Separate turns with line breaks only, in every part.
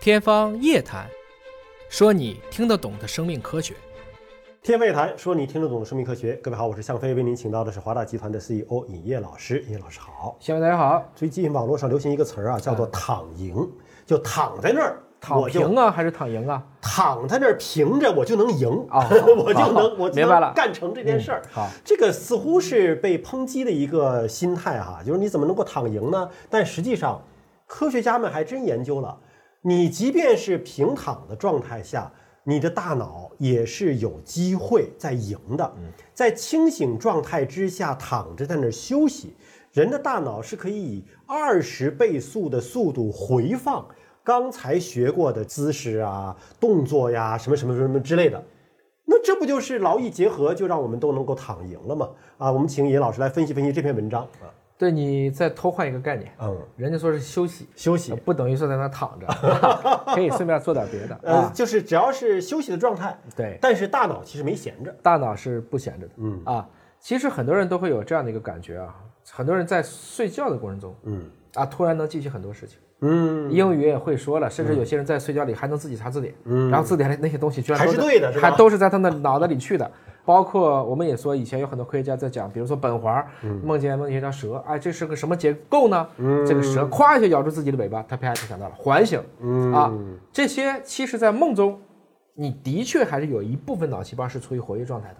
天方夜谭，说你听得懂的生命科学。
天外谈说你听得懂的生命科学，各位好，我是向飞，为您请到的是华大集团的 CEO 尹烨老师。尹烨老师好。
小明大家好，
最近网络上流行一个词儿啊，叫做“躺赢”，就躺在那儿，
躺
我就
平啊还是躺赢啊？
躺在那儿平着，我就能赢，
哦
我就能，我就
明白了
能干成这件事儿、
嗯好，
这个似乎是被抨击的一个心态哈、就是你怎么能够躺赢呢？但实际上，科学家们还真研究了，你即便是平躺的状态下，你的大脑也是有机会在赢的。在清醒状态之下躺着在那儿休息，人的大脑是可以以二十倍速的速度回放刚才学过的姿势啊、动作呀、什么什么什么之类的。那这不就是劳逸结合，就让我们都能够躺赢了吗？啊，我们请尹老师来分析分析这篇文章啊。
对你再偷换一个概念，
嗯，
人家说是休息，
休息，
不等于说在那躺 着，可以顺便做点别的
呃，
啊。
就是只要是休息的状态，
对，
但是大脑其实没闲着。
大脑是不闲着的，
嗯
啊，其实很多人都会有这样的一个感觉啊，很多人在睡觉的过程中
嗯
啊，突然能记起很多事情，
嗯，
英语也会说了，甚至有些人在睡觉里还能自己查字典，
嗯
然后字典里那些东西居然都
还是对的是吧
还都是在他的脑袋里去的。包括我们也说，以前有很多科学家在讲，比如说苯环儿
嗯
梦见梦见一条蛇，哎，这是个什么结构呢？这个蛇咵一下咬住自己的尾巴，他啪就想到了环形
嗯
啊。这些其实，在梦中，你的确还是有一部分脑细胞是处于活跃状态的。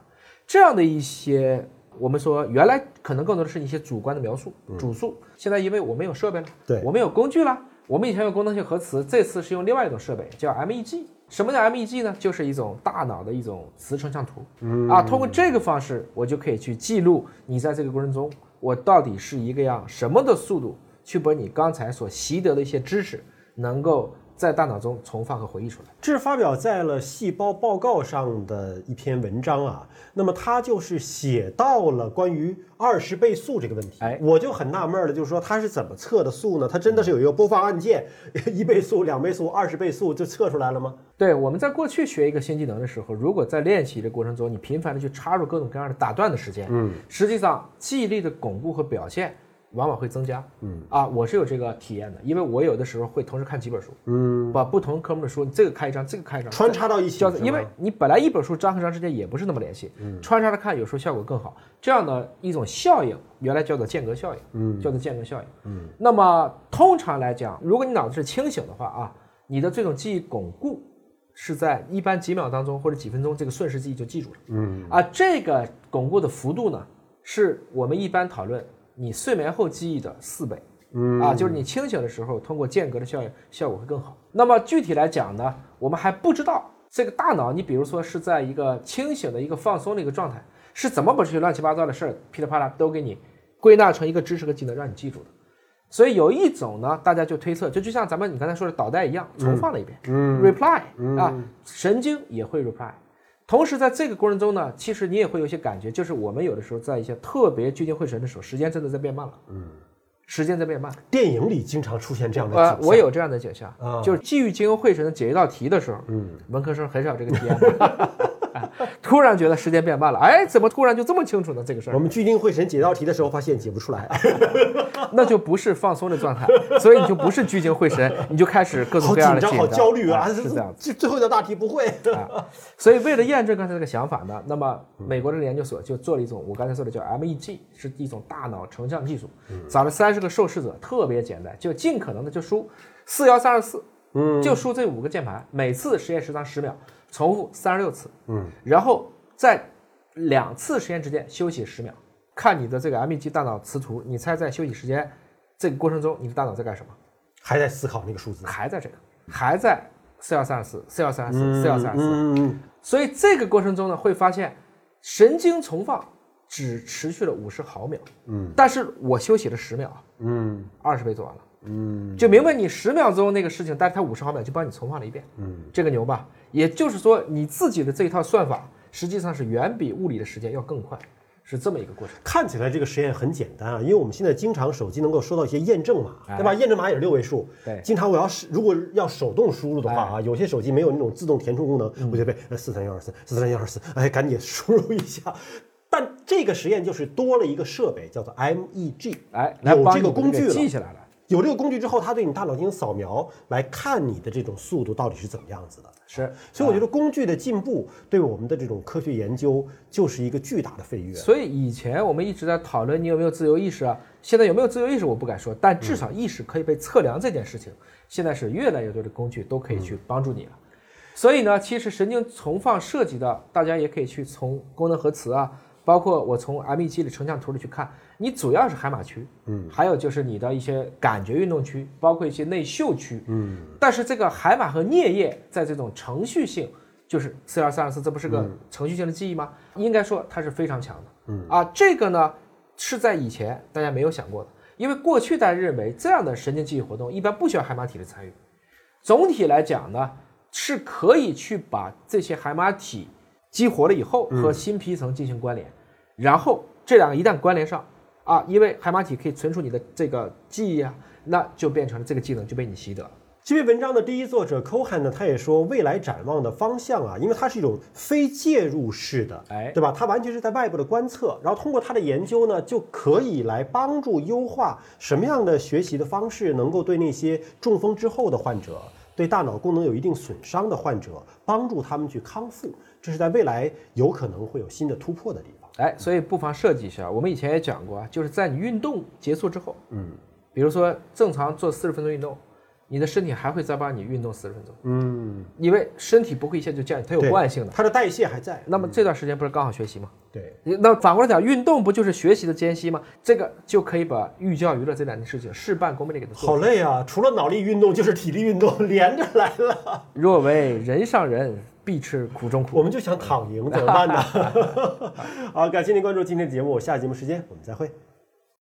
这样的一些，我们说原来可能更多的是一些主观的描述、
嗯
主述，现在因为我们有设备了，
对
我们有工具了，我们以前有功能性核磁，这次是用另外一种设备叫 MEG。什么叫 MEG 呢？就是一种大脑的一种磁成像图、啊，通过这个方式，我就可以去记录你在这个过程中，我到底是一个样什么的速度，去把你刚才所习得的一些知识，能够在大脑中重放和回忆出来。
这是发表在了《细胞报告》上的一篇文章啊。那么他就是写到了关于二十倍速这个问题。
哎
我就很纳闷了，就是说他是怎么测的速呢？他真的是有一个播放按键， 一倍速、两倍速、二十倍速就测出来了吗？
对，我们在过去学一个新技能的时候，如果在练习的过程中，你频繁的去插入各种各样的打断的时间，嗯，实际上记忆力的巩固和表现往往会增加，嗯，啊，我是有这个体验的，因为我有的时候会同时看几本书，嗯，把不同科目的书，你这个开一章，这个开一章，
穿插到一起
叫
是
做，
吗嗯
因为你本来一本书章和章之间也不是那么联系，穿插着看有时候效果更好。这样的一种效应，原来叫做间隔效应，
嗯
叫做间隔效应，那么通常来讲，如果你脑子是清醒的话啊，你的这种记忆巩固是在一般几秒当中或者几分钟，这个瞬时记忆就记住了，嗯，啊，这个巩固的幅度呢，是我们一般讨论你睡眠后记忆的四倍。啊，就是你清醒的时候，通过间隔的效应，效果会更好。那么具体来讲呢，我们还不知道这个大脑，你比如说是在一个清醒的一个放松的一个状态，是怎么把这些乱七八糟的事儿噼里啪啦都给你归纳成一个知识和技能，让你记住的。所以有一种呢，大家就推测，就就像咱们你刚才说的导弹一样，重放了一遍，嗯，reply 啊，神经也会 reply。同时在这个过程中呢，其实你也会有一些感觉，就是我们有的时候在一些特别聚精会神的时候，时间真的在变慢了，嗯，时间在变慢。
电影里经常出现这样的
呃
景，象。
我有这样的景象，
啊
就是基于精英会神的解一道题的时候，嗯，文科生很少这个体验 吧哎突然觉得时间变慢了，哎，怎么突然就这么清楚呢？这个事
我
儿，
们聚精会神解道题的时候，发现解不出来，
那就不是放松的状态，所以你就不是聚精会神，你就开始各种
好
各
紧
样的
张，好焦虑 啊！
是这样子。
这最后一道大题不会。
啊，所以为了验证刚才这个想法呢，那么美国这个研究所就做了一种我刚才说的叫 MEG，是一种大脑成像技术，找了三十个受试者，特别简单，就尽可能的就输四幺三十四，嗯，就输这五个键盘，每次实验时长十秒，重复三十六次，嗯，然后在两次实验之间休息十秒，看你的这个 MEG 大脑磁图，你猜在休息时间这个过程中，你的大脑在干什么？
还在思考那个数字。
还在这个，还在四幺三十四、四幺三十四、四幺三十四。
嗯，
所以这个过程中呢，会发现神经重放只持续了五十毫秒，嗯，但是我休息了十秒，啊
嗯，
二十倍做完了，嗯，就明白你十秒钟那个事情，但是它五十毫秒就帮你重放了一遍，嗯，这个牛吧？也就是说，你自己的这一套算法实际上是远比物理的时间要更快，是这么一个过程。
看起来这个实验很简单啊，因为我们现在经常手机能够收到一些验证码，对吧？验证码也是六位数。
哎对哎
经常我要是如果要手动输入的话啊，有些手机没有那种自动填充功
嗯
能，我就被呃四三幺二四四三幺二四，哎，赶紧输入一下。但这个实验就是多了一个设备，叫做 E MEG，
哎，来
有
帮
这
你
个
把
工具
记
了。
下来了。
有这个工具之后，它对你大脑进行扫描，来看你的这种速度到底是怎么样子的。
是，
所以我觉得工具的进步对我们的这种科学研究就是一个巨大的飞跃。
所以以前我们一直在讨论你有没有自由意识啊，现在有没有自由意识我不敢说，但至少意识可以被测量这件事情，现在是越来越多的工具都可以去帮助你了。所以呢，其实神经重放涉及的，大家也可以去从功能核磁啊，包括我从 MEG 里成像图里去看，你主要是海马区，嗯，还有就是你的一些感觉运动区，包括一些内嗅区，嗯。但是这个海马和颞叶在这种程序性，就是四幺三二四，这不是个程序性的记忆吗？应该说它是非常强的，嗯啊，这个呢是在以前大家没有想过的，因为过去大家认为这样的神经记忆活动一般不需要海马体的参与。总体来讲呢，是可以去把这些海马体激活了以后和新皮层进行关联，然后这两个一旦关联上啊，因为海马体可以存储你的这个记忆啊，那就变成了这个技能就被你习得了。
这篇文章的第一作者 Cohen 呢，他也说未来展望的方向啊，因为它是一种非介入式的，
哎
对吧？它完全是在外部的观测，然后通过他的研究呢，就可以来帮助优化什么样的学习的方式能够对那些中风之后的患者，对大脑功能有一定损伤的患者，帮助他们去康复。这是在未来有可能会有新的突破的地方。
哎，所以不妨设计一下。我们以前也讲过啊，就是在你运动结束之后，嗯，比如说正常做四十分钟运动，你的身体还会再帮你运动四十分钟，
嗯，
因为身体不会一下就降，它有
对嗯
惯性的。
它的代谢还在。
那么这段时间不是刚好学习吗？
对，
那反过来讲，运动不就是学习的间隙吗？这个就可以把寓教于乐这两件事情事半功倍的给它做。
好累啊！除了脑力运动就是体力运动，连着来了。
若为人上人，必吃苦中苦。
我们 就想躺赢，怎么办呢？好，感谢您关注今天的节目，下期节目时间我们再会。